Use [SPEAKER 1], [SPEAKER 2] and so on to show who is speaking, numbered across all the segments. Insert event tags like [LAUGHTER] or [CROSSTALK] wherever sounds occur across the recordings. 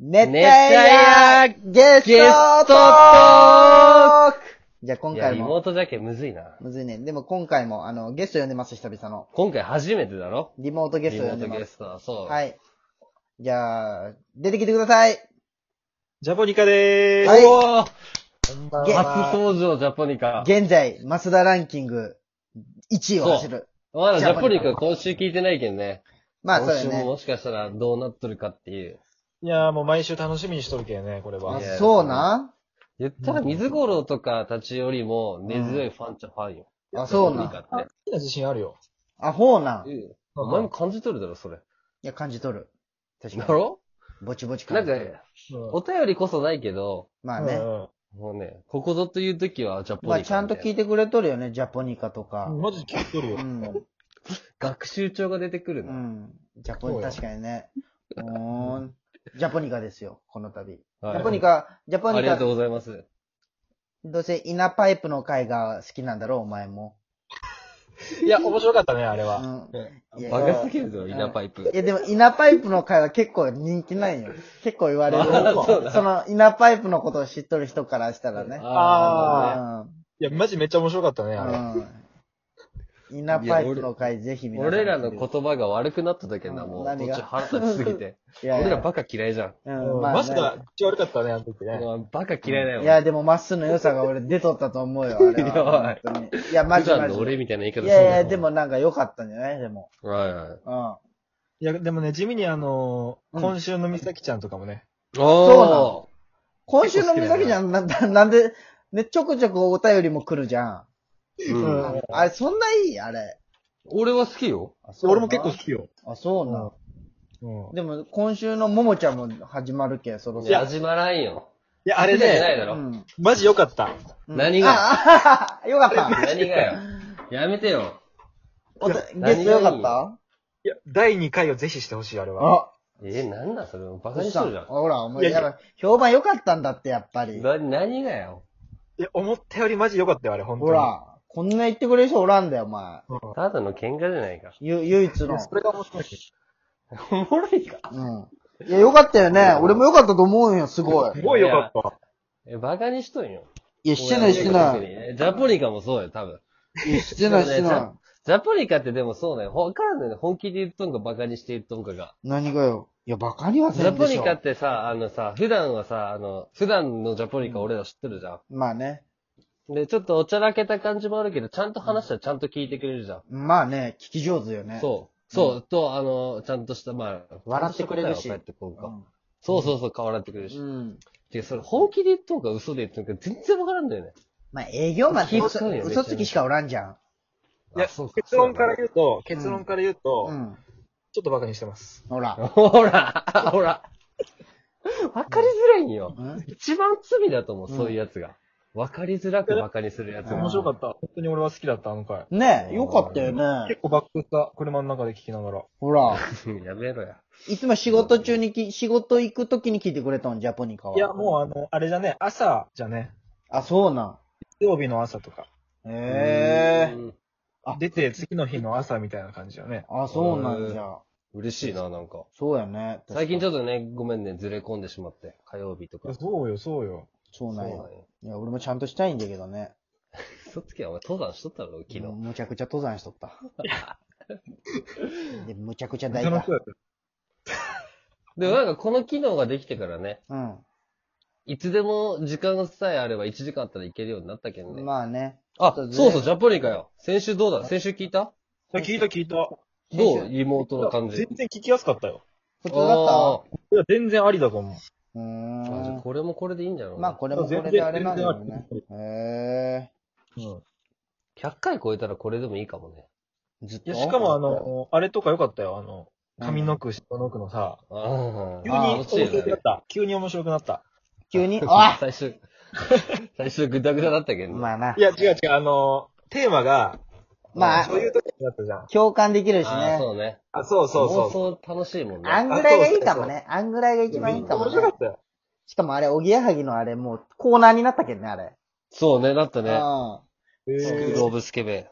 [SPEAKER 1] 熱帯
[SPEAKER 2] 熱帯
[SPEAKER 1] 夜ゲスト
[SPEAKER 2] ゲス
[SPEAKER 1] ト
[SPEAKER 2] トト
[SPEAKER 1] ークじゃあ今
[SPEAKER 2] いや、
[SPEAKER 1] 回
[SPEAKER 2] リ
[SPEAKER 1] も、
[SPEAKER 2] モートじゃけむずいな。
[SPEAKER 1] むずいね。でも今回も、あの、ゲスト呼んでます、久々の。
[SPEAKER 2] 今回初めてだろ
[SPEAKER 1] リモートゲスト呼んで
[SPEAKER 2] リモ
[SPEAKER 1] ま
[SPEAKER 2] ートゲ
[SPEAKER 1] す。
[SPEAKER 2] ストは、そう。
[SPEAKER 1] はい。じゃあ、出てきてください
[SPEAKER 3] ジャポニカでーす。
[SPEAKER 1] はい
[SPEAKER 2] おー
[SPEAKER 1] ゲ
[SPEAKER 2] 初登場、ジャポニカ。
[SPEAKER 1] 現在、マスダランキング1位を走る。
[SPEAKER 2] まだジャポニ
[SPEAKER 1] ジャポ
[SPEAKER 2] カ今週聞いてないけどね。
[SPEAKER 1] まあそうだ
[SPEAKER 2] 今週も
[SPEAKER 1] ね。
[SPEAKER 2] もしかしたらどうなっとるかっていう。
[SPEAKER 3] いやーもう毎週楽しみにしとるけどね、これ
[SPEAKER 1] あ
[SPEAKER 3] は
[SPEAKER 2] ね。
[SPEAKER 1] そうな
[SPEAKER 2] 言ったら水五郎とかたちよりも根強いファンちゃファンよ。
[SPEAKER 1] あ、そうな
[SPEAKER 2] ジャポ
[SPEAKER 1] ん。
[SPEAKER 2] ニカって
[SPEAKER 3] 好きな自信あるよ。
[SPEAKER 1] あ、ほうなん。い
[SPEAKER 2] うんお前も感じとるだろ、それ。
[SPEAKER 1] や、感じ取る。確
[SPEAKER 2] だ
[SPEAKER 1] かに。
[SPEAKER 2] ろ
[SPEAKER 1] ぼちぼち
[SPEAKER 2] な
[SPEAKER 1] 感
[SPEAKER 2] ん
[SPEAKER 1] じ
[SPEAKER 2] か
[SPEAKER 1] 取る。、
[SPEAKER 3] うん
[SPEAKER 2] お便りこそないけど、
[SPEAKER 1] まあね。
[SPEAKER 3] うん
[SPEAKER 2] もうね、ここぞという時はジャポニカ。
[SPEAKER 1] まあちゃんと聞い
[SPEAKER 2] て。
[SPEAKER 1] てくれとるよね、ジャポニカとか。
[SPEAKER 3] マジで聞いとるよ
[SPEAKER 1] う。ん。
[SPEAKER 2] 学習帳が出てくる
[SPEAKER 1] う
[SPEAKER 2] な。
[SPEAKER 1] ん。ジャポ
[SPEAKER 3] そ
[SPEAKER 1] ニ
[SPEAKER 3] う
[SPEAKER 1] カ、
[SPEAKER 3] よ
[SPEAKER 1] 確かにね。うーん。ジャポニカですよ、この度。ジ
[SPEAKER 2] はい
[SPEAKER 1] ャポニカ、ジャポ
[SPEAKER 2] あ
[SPEAKER 1] ニ
[SPEAKER 2] りがとう
[SPEAKER 1] カ、
[SPEAKER 2] ございます。
[SPEAKER 1] どうせ稲パイプの回が好きなんだろう、お前も。
[SPEAKER 3] いや、面白かったね、あれ
[SPEAKER 1] う
[SPEAKER 3] は。
[SPEAKER 1] ん。いや
[SPEAKER 2] バカすぎるぞ、
[SPEAKER 1] ん
[SPEAKER 2] 稲パイプ。
[SPEAKER 1] いや、でも、稲パイプの回は結構人気ないよ。結構言われる。
[SPEAKER 3] あそう
[SPEAKER 2] だ
[SPEAKER 1] その、稲パイプのことを知っとる人からしたらね。う
[SPEAKER 2] あ
[SPEAKER 1] ん。
[SPEAKER 3] いや、マジめっちゃ面白かったね、あれ。
[SPEAKER 1] うん。稲パイプの回、ぜひ
[SPEAKER 2] ー
[SPEAKER 1] 皆さん。
[SPEAKER 2] 俺らの言葉が悪くなっただけな、
[SPEAKER 1] うん
[SPEAKER 2] もう。
[SPEAKER 1] 何
[SPEAKER 2] 途
[SPEAKER 1] が
[SPEAKER 2] 中腹立ちすぎて。
[SPEAKER 1] [LAUGHS] いやいや
[SPEAKER 2] 俺らバカ嫌いじゃん。
[SPEAKER 1] うん、まあね
[SPEAKER 3] マジで口悪かったね、あの時ね。
[SPEAKER 2] うんバカ嫌いだよ。
[SPEAKER 1] いや、でも、まっすーの良さが俺出とったと思うよ、あれは。
[SPEAKER 2] [LAUGHS] いや
[SPEAKER 1] 本当にいや、マ
[SPEAKER 2] 普
[SPEAKER 1] ジで
[SPEAKER 2] 段
[SPEAKER 1] マジ
[SPEAKER 2] の
[SPEAKER 1] で
[SPEAKER 2] 俺みたいな言い方
[SPEAKER 1] い
[SPEAKER 2] する
[SPEAKER 1] やいや、でもなんか良かったんじゃないでも。
[SPEAKER 2] はいはい。
[SPEAKER 1] うん。あ
[SPEAKER 3] いや、でもね、地味にあのー、
[SPEAKER 1] うん
[SPEAKER 3] 今週のみさきちゃんとかもね。
[SPEAKER 1] うなの
[SPEAKER 2] お
[SPEAKER 1] 今週の水崎ちゃん、なななんで、ね、ちょくちょくお便りも来るじゃん。
[SPEAKER 2] ー
[SPEAKER 3] う
[SPEAKER 2] うん
[SPEAKER 3] ん
[SPEAKER 1] あれ、そんないいあれ。
[SPEAKER 2] 俺は好きよ。
[SPEAKER 1] あそうな
[SPEAKER 3] 俺も結構好きよ。
[SPEAKER 1] あ、そうな。
[SPEAKER 3] うん
[SPEAKER 1] でも、今週のももちゃんも始まるけ、そろそ
[SPEAKER 2] い
[SPEAKER 1] ろ。
[SPEAKER 2] や、始まらんよ。
[SPEAKER 3] いや、あれ
[SPEAKER 2] 見てない
[SPEAKER 3] ね、
[SPEAKER 2] だろ。
[SPEAKER 1] うん
[SPEAKER 3] マジ良かった。
[SPEAKER 1] うん
[SPEAKER 2] 何
[SPEAKER 1] あ
[SPEAKER 2] が
[SPEAKER 1] あ [LAUGHS] ははよかった。
[SPEAKER 2] 何が
[SPEAKER 1] [LAUGHS]
[SPEAKER 2] よ。やめてよ。
[SPEAKER 1] おゲストよかった
[SPEAKER 3] いや、第2回をぜひしてほしい、あれは。
[SPEAKER 1] あ、
[SPEAKER 2] え、なんだそれ。バ
[SPEAKER 1] ど
[SPEAKER 2] カ
[SPEAKER 1] う
[SPEAKER 2] に
[SPEAKER 1] し
[SPEAKER 2] しと
[SPEAKER 1] た
[SPEAKER 2] るじゃ
[SPEAKER 1] んほら、お前、
[SPEAKER 3] いや
[SPEAKER 1] やっぱ評判良かったんだって、やっぱり。
[SPEAKER 2] ん。な、何がよ。
[SPEAKER 3] いや、思ったよりマジ良かったよ、あれ、本当
[SPEAKER 1] ほ
[SPEAKER 3] に。
[SPEAKER 1] ら、こんな言ってくれる人おらんだよ、お前。
[SPEAKER 3] うん。
[SPEAKER 2] ただの喧嘩じゃないか。
[SPEAKER 1] ゆ、唯一の。
[SPEAKER 3] それが面白い。す
[SPEAKER 2] おもろいか。
[SPEAKER 1] うん。いや、よかったよね。俺もよかったと思うよ、すごい。
[SPEAKER 3] ごい良かった。
[SPEAKER 2] え、バカにしとんよ。
[SPEAKER 1] いや、してない、してな
[SPEAKER 2] えジャポニカもそうよ、多分。
[SPEAKER 1] い。いや、してない、して
[SPEAKER 2] でも
[SPEAKER 1] な
[SPEAKER 2] ねジャポニカってでもそうね、わからんのよね。本気で言っとんか、バカにして言っとんかが。
[SPEAKER 1] い。何がよ。いや、バカには
[SPEAKER 2] ジ
[SPEAKER 1] せ
[SPEAKER 2] ャ
[SPEAKER 1] んで
[SPEAKER 2] ポ
[SPEAKER 1] し
[SPEAKER 2] ニ
[SPEAKER 1] ょ
[SPEAKER 2] カ。ってさ、あのさ、普段はさ、あの、普段のジャポニカ俺ら知ってるじゃ
[SPEAKER 1] まあね。
[SPEAKER 2] ん。で、ちょっとおちゃらけた感じもあるけど、ちゃんと話したらちゃんと聞いてくれるじゃん。
[SPEAKER 1] まあね、聞き上手よね。
[SPEAKER 2] そう。そう、と、あの、ちゃんとした、まあ、
[SPEAKER 1] 笑ってくれるし
[SPEAKER 2] ちゃんとした答えを返ってこうか
[SPEAKER 1] ん。
[SPEAKER 2] そうそうそう、顔笑ってくれるし。
[SPEAKER 1] うん。
[SPEAKER 2] てかそれ本気で言っとんか嘘で言っとんか全然わからんだよね。
[SPEAKER 1] まあ、営業マンって
[SPEAKER 2] 気
[SPEAKER 1] 嘘
[SPEAKER 2] 遣うよね
[SPEAKER 1] 嘘つきしかおらんじゃん。
[SPEAKER 3] いや
[SPEAKER 2] あそうか
[SPEAKER 3] 結論から
[SPEAKER 2] そう
[SPEAKER 3] 言うと、結論から言うと、
[SPEAKER 1] うん。
[SPEAKER 3] ちょっとバカにしてます。
[SPEAKER 1] ほら。
[SPEAKER 2] だほら、ほら。わかりづらいんよ。
[SPEAKER 1] うん
[SPEAKER 2] 一番罪だと思う、
[SPEAKER 1] うん
[SPEAKER 2] そういうやつが。わかりづらくバカにするやつ
[SPEAKER 1] うん
[SPEAKER 3] 面
[SPEAKER 2] が。
[SPEAKER 3] 白かった。本当に俺は好きだった、あの回。
[SPEAKER 1] ねえ、よかったよね
[SPEAKER 3] 結。構バックした車の中で聞きながら。
[SPEAKER 1] ほら。
[SPEAKER 2] [LAUGHS] やめろや。
[SPEAKER 1] いつも仕事中にき、仕事行くときに聞いてくれたん、ジャポニカは。
[SPEAKER 3] いや、もうあの、あれじゃね、朝じゃね、
[SPEAKER 1] あ、そうなん。
[SPEAKER 3] 月曜日の朝とか、
[SPEAKER 1] へえ。
[SPEAKER 2] え。
[SPEAKER 1] あ
[SPEAKER 3] 出て次の日の朝みたいな感じだね。
[SPEAKER 1] あ、そうなんじ
[SPEAKER 2] へ
[SPEAKER 1] ゃ。
[SPEAKER 2] 嬉しいな、なんか。
[SPEAKER 1] そうやね。
[SPEAKER 2] 最近ち
[SPEAKER 1] ょ
[SPEAKER 2] ょっとね、ごめんね、ずれ込んでしまって。火曜日と
[SPEAKER 3] い
[SPEAKER 2] か
[SPEAKER 3] や。そうよ、そうよ。
[SPEAKER 1] そうなんや。
[SPEAKER 2] よ。
[SPEAKER 1] いや、俺もちゃんとしたいんだけどね。
[SPEAKER 2] 嘘つけよ、お前登山しとったろ、昨日。
[SPEAKER 1] もうむちゃくちゃ登山しと
[SPEAKER 2] [LAUGHS]
[SPEAKER 1] った。で、むちゃくちゃ大
[SPEAKER 3] 他の
[SPEAKER 1] 胆
[SPEAKER 3] 人。だったら
[SPEAKER 2] でもなんかこの機能ができてからね、
[SPEAKER 1] う
[SPEAKER 2] いつでも時間さえあれば1時間あったらいけるようになったけんね。
[SPEAKER 1] ん。まあね。
[SPEAKER 2] あ、
[SPEAKER 1] ちょっとずれ
[SPEAKER 2] そうそう、ジャポニカよ。先週どうだ先週聞いた
[SPEAKER 3] いや聞いた聞いた。
[SPEAKER 2] どう
[SPEAKER 1] 先
[SPEAKER 2] 妹の感じ
[SPEAKER 3] 全。然聞きやすかったよ。
[SPEAKER 1] 普通だった
[SPEAKER 3] いや、全然ありだと思う。
[SPEAKER 1] う
[SPEAKER 2] あーあじゃあ
[SPEAKER 1] ーん。
[SPEAKER 2] これもこれでいいんじゃろう
[SPEAKER 1] まあ、これもこれであれなんだよね。へ
[SPEAKER 3] うん。
[SPEAKER 2] 100回超えたらこれでもいいかもね。
[SPEAKER 1] え。ずっ
[SPEAKER 3] い
[SPEAKER 1] と。
[SPEAKER 3] や、しかもあの、あれとかよかったよ。あの、上の句、下の句のさ、
[SPEAKER 2] あ
[SPEAKER 3] 急
[SPEAKER 2] ー
[SPEAKER 3] に
[SPEAKER 2] あー、
[SPEAKER 3] 面
[SPEAKER 2] 落ちて
[SPEAKER 3] 白
[SPEAKER 2] る
[SPEAKER 3] く
[SPEAKER 2] ね
[SPEAKER 3] なっ。た。急に面白くなった。。
[SPEAKER 1] 急
[SPEAKER 2] [LAUGHS]
[SPEAKER 1] に、あ
[SPEAKER 2] 最初、最初グダグダだったけどね。
[SPEAKER 1] まあない
[SPEAKER 3] や、違う違う、あの、テーマが、
[SPEAKER 1] まあ
[SPEAKER 3] そう、いう時になったじゃん。
[SPEAKER 1] 共感できるし
[SPEAKER 2] あー
[SPEAKER 1] ね。
[SPEAKER 2] そうね。
[SPEAKER 3] あ、そうそうそう。
[SPEAKER 2] 妄想楽しいもんね。
[SPEAKER 1] あんぐらいがいいかもね。あんぐらいが一番いいかも
[SPEAKER 3] 面
[SPEAKER 1] ね
[SPEAKER 3] 白。かったよ。
[SPEAKER 1] しかもあれ、おぎやはぎのあれ、もうコーナーになったけどね、あれ。
[SPEAKER 2] そうね、だった
[SPEAKER 1] う
[SPEAKER 2] ね。
[SPEAKER 3] へ
[SPEAKER 1] そう
[SPEAKER 2] ス
[SPEAKER 3] ー
[SPEAKER 2] クールオブスケベ。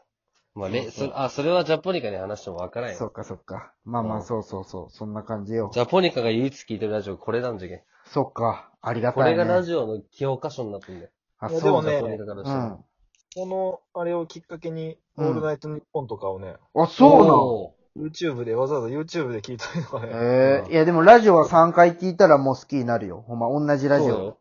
[SPEAKER 2] まあ、れ、
[SPEAKER 1] そうそう
[SPEAKER 2] そあ、それはジャポニカに話してもわからん
[SPEAKER 1] ん。そ
[SPEAKER 2] よ。
[SPEAKER 1] っかそっか。まあま
[SPEAKER 2] う
[SPEAKER 1] あ、
[SPEAKER 2] ん
[SPEAKER 1] そうそうそう。そんな感じよ
[SPEAKER 2] ジ。ャポニカが唯一聞いてるラジオこれなんじゃけん。
[SPEAKER 1] そっか。ありが
[SPEAKER 2] こ
[SPEAKER 1] たい、
[SPEAKER 2] れ
[SPEAKER 1] ね。
[SPEAKER 2] がラジオの教科書になってんだよ。
[SPEAKER 1] あ、
[SPEAKER 3] いや
[SPEAKER 1] そうね。
[SPEAKER 2] ジャ
[SPEAKER 3] でもね
[SPEAKER 2] ポニカからし
[SPEAKER 1] う
[SPEAKER 2] たら
[SPEAKER 1] ん。
[SPEAKER 3] この、あれをきっかけに、
[SPEAKER 1] うん
[SPEAKER 3] オールナイトニッポンとかをね、
[SPEAKER 1] あ、そうなの
[SPEAKER 2] お
[SPEAKER 3] YouTube で、わざわざ YouTube で聞いたりとかね、
[SPEAKER 1] ええいやでもラジオは3回聞いたらもう好きになるよ。ほんま、同じ
[SPEAKER 2] ー
[SPEAKER 1] ラジ
[SPEAKER 2] そうだ
[SPEAKER 1] オ
[SPEAKER 2] よ。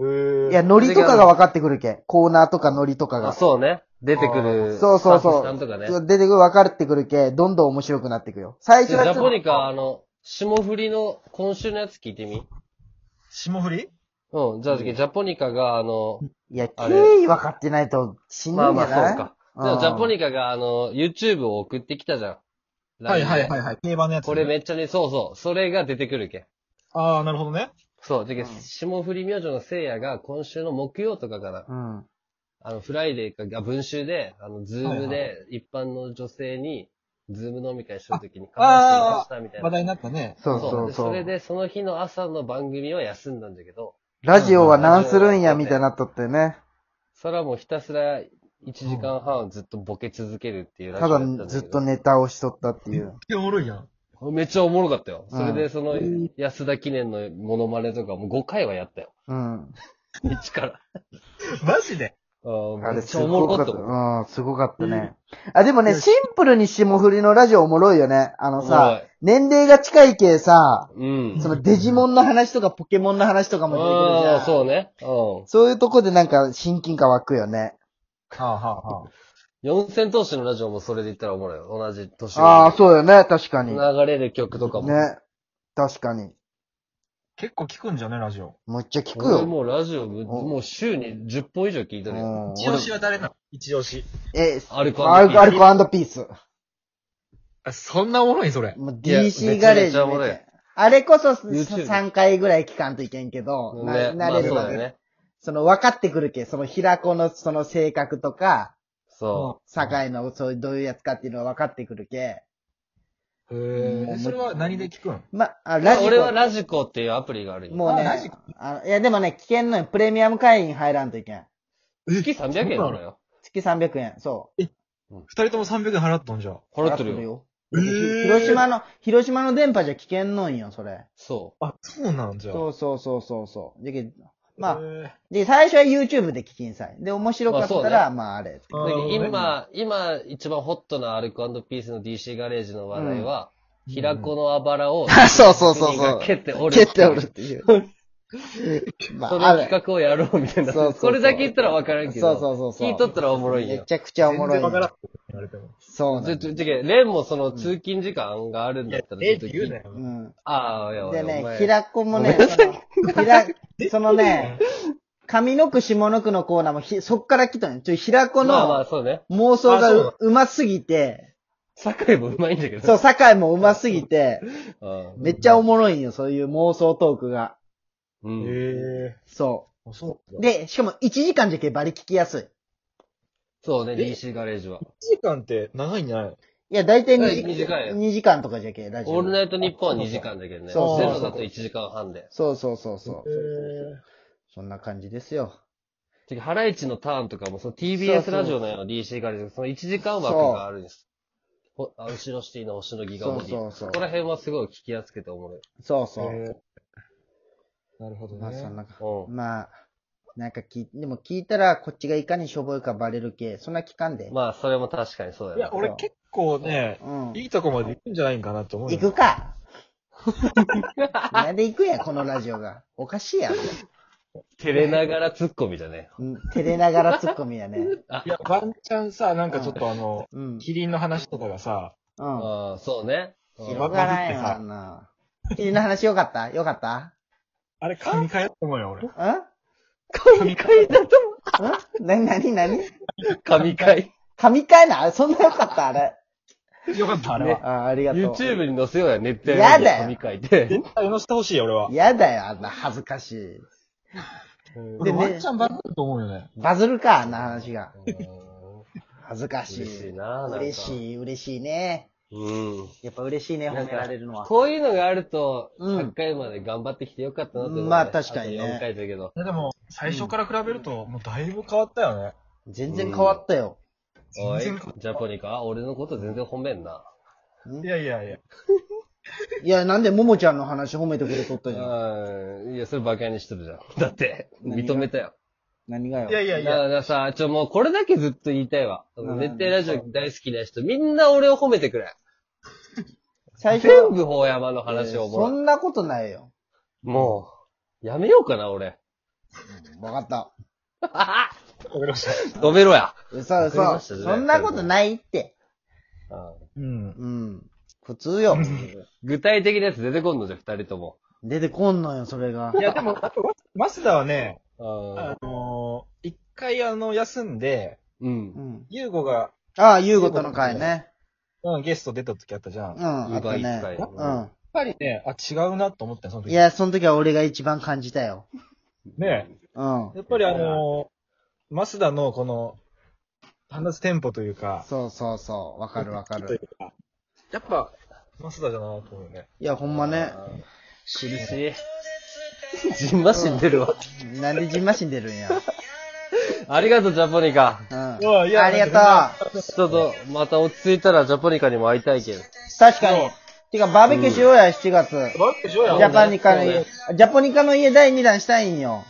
[SPEAKER 3] えー、
[SPEAKER 1] いや、ノリとかが分かってくるけん。コーナーとかノリとか
[SPEAKER 2] あ、
[SPEAKER 1] が。
[SPEAKER 2] そうね。出てくる。
[SPEAKER 1] そうそうそう
[SPEAKER 2] スタッフさんとかね。
[SPEAKER 1] そう出てくる、分かってくるけん、どんどん面白くなっていくよ。最
[SPEAKER 2] ジ
[SPEAKER 1] 初はちょっ
[SPEAKER 2] ャ
[SPEAKER 1] と
[SPEAKER 2] ポニカ、あの、霜降りの今週のやつ聞いてみ
[SPEAKER 3] 霜降り
[SPEAKER 2] うん、じゃあ次、ジャポニカが、あの、
[SPEAKER 1] いや、
[SPEAKER 2] あ
[SPEAKER 1] 経
[SPEAKER 2] れ
[SPEAKER 1] 緯分かってないとしんど
[SPEAKER 2] ま
[SPEAKER 1] い
[SPEAKER 2] あ
[SPEAKER 1] んじ
[SPEAKER 2] ま
[SPEAKER 1] ゃ
[SPEAKER 2] あ、
[SPEAKER 1] ない、
[SPEAKER 2] そうか。じゃあ、ジャポニカが、あの、YouTube を送ってきたじゃん。い。
[SPEAKER 3] いはい。定番のやつ、
[SPEAKER 2] これめっちゃね、そうそう、それが出てくるけん。
[SPEAKER 3] ああ、なるほどね。
[SPEAKER 2] そう、じゃけ、
[SPEAKER 1] うん
[SPEAKER 2] 霜降り明星の聖夜が今週の木曜とかから、
[SPEAKER 1] うん。
[SPEAKER 2] あの、フライデーか、あ文集で、あの、ズーム
[SPEAKER 3] はい
[SPEAKER 2] で、一般の女性に、ズーム飲み会してるときに、話
[SPEAKER 3] あ
[SPEAKER 2] していましたみたい
[SPEAKER 3] 話
[SPEAKER 2] な。
[SPEAKER 3] 題になったね。
[SPEAKER 1] そうそうそう。
[SPEAKER 2] でそれで、その日の朝の番組は休んだんだけど、
[SPEAKER 1] ラジオは何するんや、みたいになっとってね。
[SPEAKER 2] それはもうひたすら1時間半ずっとボケ続けるっていうラジ
[SPEAKER 1] た
[SPEAKER 2] オやったん
[SPEAKER 1] だ
[SPEAKER 2] け
[SPEAKER 1] ず
[SPEAKER 2] ど
[SPEAKER 1] っとネタをしとったっていう。
[SPEAKER 3] いや、おるやん。
[SPEAKER 2] めっちゃおもろかったよ。
[SPEAKER 1] うん
[SPEAKER 2] それでその安田記念のモノマネとかも5回はやったよ。
[SPEAKER 1] うん。
[SPEAKER 2] 一から。
[SPEAKER 3] マジで
[SPEAKER 2] あ
[SPEAKER 1] あ
[SPEAKER 2] あめ
[SPEAKER 1] れ
[SPEAKER 2] っち
[SPEAKER 1] す
[SPEAKER 2] ゃおも
[SPEAKER 1] ご
[SPEAKER 2] ろ
[SPEAKER 1] か
[SPEAKER 2] か
[SPEAKER 1] っ。
[SPEAKER 2] ったたもん。
[SPEAKER 1] うん、すごかったね。あ、でもね、
[SPEAKER 3] よし
[SPEAKER 1] シンプルに霜降りのラジオおもろいよね。あのさ、
[SPEAKER 2] お
[SPEAKER 1] 年齢が近い系さ、
[SPEAKER 2] もろいうん。
[SPEAKER 1] そのデジモンの話とかポケモンの話とかも出てくるじ
[SPEAKER 2] あ
[SPEAKER 1] ゃん。
[SPEAKER 2] あ、そうね。う
[SPEAKER 1] そういうとこでなんか親近感湧くよね。
[SPEAKER 3] はあはあはあ。
[SPEAKER 2] ん。四千頭身のラジオもそれで言ったらおもろいよ。同じ年
[SPEAKER 1] ああ、そうよね、確かに。ね。
[SPEAKER 2] 流れる曲とかも。。
[SPEAKER 1] 確かに。
[SPEAKER 3] 結構聞くんじゃね、ラジオ。
[SPEAKER 1] めっちゃ聞く
[SPEAKER 2] 俺
[SPEAKER 1] よ。
[SPEAKER 2] もうラジオ、もう週に10本以上聞いてるよ。
[SPEAKER 1] うん
[SPEAKER 3] 一押しは誰なの一押し。
[SPEAKER 1] え、
[SPEAKER 2] アルコ
[SPEAKER 1] アルコアル
[SPEAKER 2] ピー
[SPEAKER 1] コピース。
[SPEAKER 3] あ、そんなおもろい、それ。
[SPEAKER 1] もう
[SPEAKER 2] いや
[SPEAKER 1] DC ガレー
[SPEAKER 2] めちゃめちゃお
[SPEAKER 1] ジ
[SPEAKER 2] もろ
[SPEAKER 1] ね
[SPEAKER 2] い。
[SPEAKER 1] あれこそ
[SPEAKER 2] YouTube
[SPEAKER 1] 3回ぐらい聞かんといけんけど、な
[SPEAKER 2] ね、ま
[SPEAKER 1] 慣れ
[SPEAKER 2] あそ
[SPEAKER 1] る
[SPEAKER 2] う
[SPEAKER 1] ま
[SPEAKER 2] だ
[SPEAKER 1] で、
[SPEAKER 2] よね。
[SPEAKER 1] その分かってくるけ、その平子のその性格とか、
[SPEAKER 2] そ
[SPEAKER 1] 酒井のそういうどういうやつかっていうのは分かってくるけ。
[SPEAKER 3] へえ。それは何で聞くん
[SPEAKER 1] ま、あ、
[SPEAKER 2] う。
[SPEAKER 1] ラジコ。
[SPEAKER 2] 俺はラジコっていうアプリがあるよ。
[SPEAKER 1] もうね、
[SPEAKER 3] あラジコ
[SPEAKER 1] あいやでもね、危険のよプレミアム会員入らんといけん。
[SPEAKER 2] 月300円なのよ。
[SPEAKER 1] 月300円、そう。
[SPEAKER 3] 二人とも300円払ったんじゃ。
[SPEAKER 2] 払ってるよ。
[SPEAKER 1] よ。
[SPEAKER 3] えー
[SPEAKER 1] 広島の、広島の電波じゃ危険のんよ、それ。
[SPEAKER 2] そ
[SPEAKER 3] あ、そうなんじゃ。
[SPEAKER 1] そうそうそうそうそう。でけまあ、
[SPEAKER 3] へ
[SPEAKER 1] で、最初は YouTube で聞きんさい。で、面白かったら、まあ、あれ。
[SPEAKER 2] う。だけど
[SPEAKER 3] ー、
[SPEAKER 2] 今、今一番ホットなアルコピースの DC ガレージの話題は、
[SPEAKER 3] うん
[SPEAKER 2] 平子のあばら
[SPEAKER 1] [LAUGHS]
[SPEAKER 2] を、
[SPEAKER 1] そうそうそう
[SPEAKER 2] 手に
[SPEAKER 1] そう
[SPEAKER 2] か。けておる。
[SPEAKER 1] 蹴っておるっていう。ま
[SPEAKER 2] そ
[SPEAKER 1] あ、あ
[SPEAKER 2] の
[SPEAKER 1] る。
[SPEAKER 2] 企画をやろうみたいな。
[SPEAKER 1] そうそうそう
[SPEAKER 2] それだけ言ったらわからんけど。
[SPEAKER 1] そうそうそうそう
[SPEAKER 2] 聞いとったらおもろいん
[SPEAKER 1] め
[SPEAKER 2] よ。
[SPEAKER 1] ちゃくちゃおもろい
[SPEAKER 3] 全然わからん
[SPEAKER 1] よ。
[SPEAKER 3] 言われても。
[SPEAKER 1] そうな
[SPEAKER 2] ちょ、
[SPEAKER 1] んだ
[SPEAKER 2] ちょ、ちょ、レンもその通勤時間があるんだったら、
[SPEAKER 3] ええ
[SPEAKER 2] ちょっと聞い
[SPEAKER 3] 言うなよ。
[SPEAKER 1] うん。
[SPEAKER 2] ああ、いや、
[SPEAKER 1] で
[SPEAKER 2] お
[SPEAKER 1] ね、
[SPEAKER 2] 前
[SPEAKER 1] 平子もね、その、平、そのね、上の句下の句のコーナーもひ、そっから来たのよ。ちょ、平子
[SPEAKER 2] まあまあ、
[SPEAKER 1] の
[SPEAKER 2] そうね。
[SPEAKER 1] 妄想
[SPEAKER 3] あ
[SPEAKER 1] が
[SPEAKER 3] そう
[SPEAKER 1] ううますぎて、
[SPEAKER 2] 酒井もうまいんだけど。
[SPEAKER 1] そう、酒井もうますぎて、
[SPEAKER 2] う
[SPEAKER 1] めっちゃおもろいんよ、そういう妄想トークが。
[SPEAKER 2] ん。うん。
[SPEAKER 3] へえ。
[SPEAKER 1] そ
[SPEAKER 3] あ、そう
[SPEAKER 1] う。。で、しかも1時間じゃけバリ聞きやす
[SPEAKER 2] そうね、DC ガレージは。
[SPEAKER 3] 1時間って長いんじゃないの
[SPEAKER 1] い。いや、大体
[SPEAKER 2] うん
[SPEAKER 1] 2時
[SPEAKER 2] 短い
[SPEAKER 1] 間、
[SPEAKER 2] よ
[SPEAKER 1] 2時間とかじゃけ、ラジ
[SPEAKER 2] オール
[SPEAKER 1] オ。
[SPEAKER 2] ナイトニッポンは2時間だけどね。
[SPEAKER 1] そう
[SPEAKER 2] ゼ
[SPEAKER 3] そう
[SPEAKER 2] ロだと1時間半で。
[SPEAKER 1] そうそうそうそう。
[SPEAKER 3] へえ。
[SPEAKER 1] そんな感じですよ。
[SPEAKER 2] てかハライチのターンとかも、そ
[SPEAKER 1] そ
[SPEAKER 2] の
[SPEAKER 1] う
[SPEAKER 2] TBS
[SPEAKER 1] そう
[SPEAKER 2] ラジオのような DC ガレージで、その1時間枠があるんです。ほあ後ろシティの星のギガボディ。
[SPEAKER 1] そうそうそう
[SPEAKER 2] ここら辺はすごい聞きやすくておもろい。
[SPEAKER 1] そうそう。
[SPEAKER 3] へえなるほど
[SPEAKER 1] まあそん
[SPEAKER 3] ね。
[SPEAKER 1] な、
[SPEAKER 2] うん
[SPEAKER 1] まあ、なんか聞い、でも聞いたらこっちがいかにしょぼいかバレるけ、そんな聞かんで。
[SPEAKER 2] まあ、それも確かにそうや
[SPEAKER 3] いや、
[SPEAKER 2] な。
[SPEAKER 3] 俺結構ね、
[SPEAKER 1] うん。
[SPEAKER 3] いいとこまで行くんじゃないんかなって思う
[SPEAKER 1] 行
[SPEAKER 3] よ。
[SPEAKER 1] く
[SPEAKER 3] [LAUGHS]
[SPEAKER 1] かなんで行くんや、このラジオが。おかしいやん。
[SPEAKER 2] 照れながらツッコミだね。
[SPEAKER 1] うん照れながらツッコミやね。
[SPEAKER 3] いや、ワンチャンさ、なんかちょっとあの、
[SPEAKER 1] うん。
[SPEAKER 3] キリンの話とかがさ、
[SPEAKER 1] うん。
[SPEAKER 2] ああ、そうね。うん
[SPEAKER 1] 広がらんよ、あんな。君の話よかったよかった
[SPEAKER 3] あれ、神回だと思うよ、俺。
[SPEAKER 1] ん
[SPEAKER 2] 神回だと
[SPEAKER 1] んなに [LAUGHS] なになに
[SPEAKER 2] 神回。
[SPEAKER 1] 神回なそんなよかったあれ。
[SPEAKER 3] [LAUGHS] よかった、あれは。
[SPEAKER 1] あありがとう。
[SPEAKER 2] YouTube に載せようや、ネット
[SPEAKER 1] やだよ
[SPEAKER 2] 神回って。
[SPEAKER 3] 全体載せてほしいよ、俺は。
[SPEAKER 1] やだよ、あんな恥ずかしい。
[SPEAKER 3] で、ワンチャンバズると思うよね。
[SPEAKER 1] バズるか、あんな話が。
[SPEAKER 2] うん
[SPEAKER 1] 恥ずかしい。
[SPEAKER 2] 嬉しいななんか
[SPEAKER 1] 嬉しい、嬉しいね。
[SPEAKER 2] うん。
[SPEAKER 1] やっぱ嬉しいね、
[SPEAKER 2] な
[SPEAKER 1] 褒
[SPEAKER 2] ん
[SPEAKER 1] め
[SPEAKER 2] から
[SPEAKER 1] れるのは。
[SPEAKER 2] こういうのがあると、
[SPEAKER 1] うん
[SPEAKER 2] 100回まで頑張ってきてよかったなって思う、
[SPEAKER 1] まあ確かにね
[SPEAKER 2] あと4回だけど。
[SPEAKER 3] いやでも、最初から比べると、もうだいぶ変わったよね。
[SPEAKER 1] 全然変わったよ。
[SPEAKER 2] おい、
[SPEAKER 3] 全
[SPEAKER 2] ジ
[SPEAKER 3] 然
[SPEAKER 2] ャポニカ、俺のこと全然褒めんな。
[SPEAKER 1] ん
[SPEAKER 3] いやいやいや。
[SPEAKER 1] いや、なんでももちゃんの話褒めてくれとったじゃん。
[SPEAKER 2] うん。いや、それ馬鹿にしてるじゃん。 [LAUGHS] だって、認めたよ。
[SPEAKER 1] 何がよ。
[SPEAKER 3] いやいや
[SPEAKER 2] だ
[SPEAKER 3] い
[SPEAKER 2] か
[SPEAKER 3] や、
[SPEAKER 2] らさ、ちょ、もうこれだけずっと言いたいわ。
[SPEAKER 1] うん
[SPEAKER 2] 熱帯ラジオ大好きな人、みんな俺を褒めてくれ。
[SPEAKER 1] 最初
[SPEAKER 2] 全部法山の話を
[SPEAKER 1] そ
[SPEAKER 2] もう。
[SPEAKER 1] んなことないよ。
[SPEAKER 2] もう、やめようかな、俺。
[SPEAKER 1] [LAUGHS] わかった。
[SPEAKER 3] わかりました。
[SPEAKER 2] 止めろや。
[SPEAKER 1] 嘘
[SPEAKER 2] わかりま
[SPEAKER 1] 嘘。
[SPEAKER 2] した
[SPEAKER 1] そんなことないって。
[SPEAKER 2] うん
[SPEAKER 3] うん。
[SPEAKER 1] うん。普通よ。
[SPEAKER 2] 具体的なやつ出てこんのじゃ、二人とも。
[SPEAKER 1] 出てこんのよ、それが
[SPEAKER 3] い。や、でも、やっぱマスダはね、
[SPEAKER 2] うん
[SPEAKER 3] あのー、一回あの、休んで、
[SPEAKER 2] う。
[SPEAKER 1] うんん。
[SPEAKER 3] ユーゴが、
[SPEAKER 1] ああ、ゆうごとの会ね。
[SPEAKER 3] うん、ゲスト出た時あったじゃん。
[SPEAKER 1] うん、
[SPEAKER 3] やっ
[SPEAKER 1] あった
[SPEAKER 2] 奪い使い
[SPEAKER 1] ね。うん。
[SPEAKER 3] ぱりね、あ、違うなと思ったよその時。
[SPEAKER 1] いや、その時は俺が一番感じたよ。
[SPEAKER 3] ね
[SPEAKER 1] うん。
[SPEAKER 3] やっぱりあのー、マスダのこの、話すテンポというか、
[SPEAKER 1] そうそうそう。わかるわか
[SPEAKER 3] とい
[SPEAKER 1] る。
[SPEAKER 3] うかやっぱ、マスダだなと思うよね。
[SPEAKER 1] いや、ほんまね。
[SPEAKER 2] 苦 [LAUGHS] しい。じんましん出るわ。 [LAUGHS]
[SPEAKER 1] なんでじんましん出るんや。
[SPEAKER 2] ありがとう、ジャポニカ。
[SPEAKER 1] うん。
[SPEAKER 3] うわいや
[SPEAKER 1] ありがとう。
[SPEAKER 2] ちょっと、また落ち着いたらジャポニカにも会いたいけど。
[SPEAKER 1] 確かに。てか、バーベキューしようや、7月。ジ
[SPEAKER 3] バックしようや。
[SPEAKER 1] ャパニカの
[SPEAKER 2] そう
[SPEAKER 1] 家、ジャポニカの家第2弾したいんよ。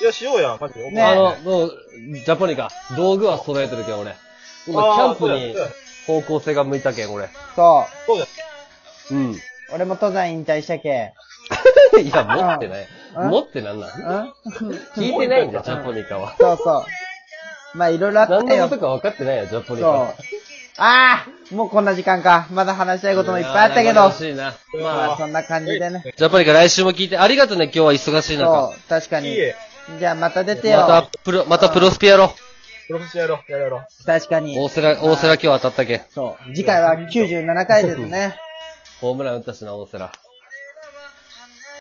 [SPEAKER 3] いや、しようや、マジで。
[SPEAKER 1] ね
[SPEAKER 2] あの、もう、ジャポニカ、道具は揃えてるけん、俺。今、キャンプに方向性が向いたけん、俺。
[SPEAKER 1] そ。
[SPEAKER 3] そうだ。
[SPEAKER 2] うん。いう
[SPEAKER 1] 俺も登山引退したけ。
[SPEAKER 2] や、持って [LAUGHS] ない。
[SPEAKER 1] うん
[SPEAKER 2] 持ってなんなん
[SPEAKER 1] うん
[SPEAKER 2] 聞いてないんだ、ジャポニカは。
[SPEAKER 1] そうそう。まあ、いろいろあったよ。
[SPEAKER 2] 何のことか分かってないよ、ジャポニ
[SPEAKER 1] そう
[SPEAKER 2] カは。。
[SPEAKER 1] ああもうこんな時間か。まだ話したいこともいっぱいあったけ
[SPEAKER 2] やー
[SPEAKER 1] ど
[SPEAKER 2] 楽。しいな。
[SPEAKER 1] ま
[SPEAKER 2] ま
[SPEAKER 1] あ、そんな感じでね。
[SPEAKER 2] あ、ジャポニカ来週も聞いて、ありがとうね、今日は忙しい中
[SPEAKER 1] そ。う、確か
[SPEAKER 3] い
[SPEAKER 1] に
[SPEAKER 3] い。え。
[SPEAKER 1] じゃあまた出て
[SPEAKER 2] また
[SPEAKER 1] よ。
[SPEAKER 2] プロ、またプロスピやろ
[SPEAKER 3] プロフェッショナルやろう、やろうやろう。
[SPEAKER 1] 確かに
[SPEAKER 2] う。。大瀬良、大瀬良今日当たったけん。
[SPEAKER 1] そう。次回は97回ですね。
[SPEAKER 2] ホームラン打ったしな、大瀬良。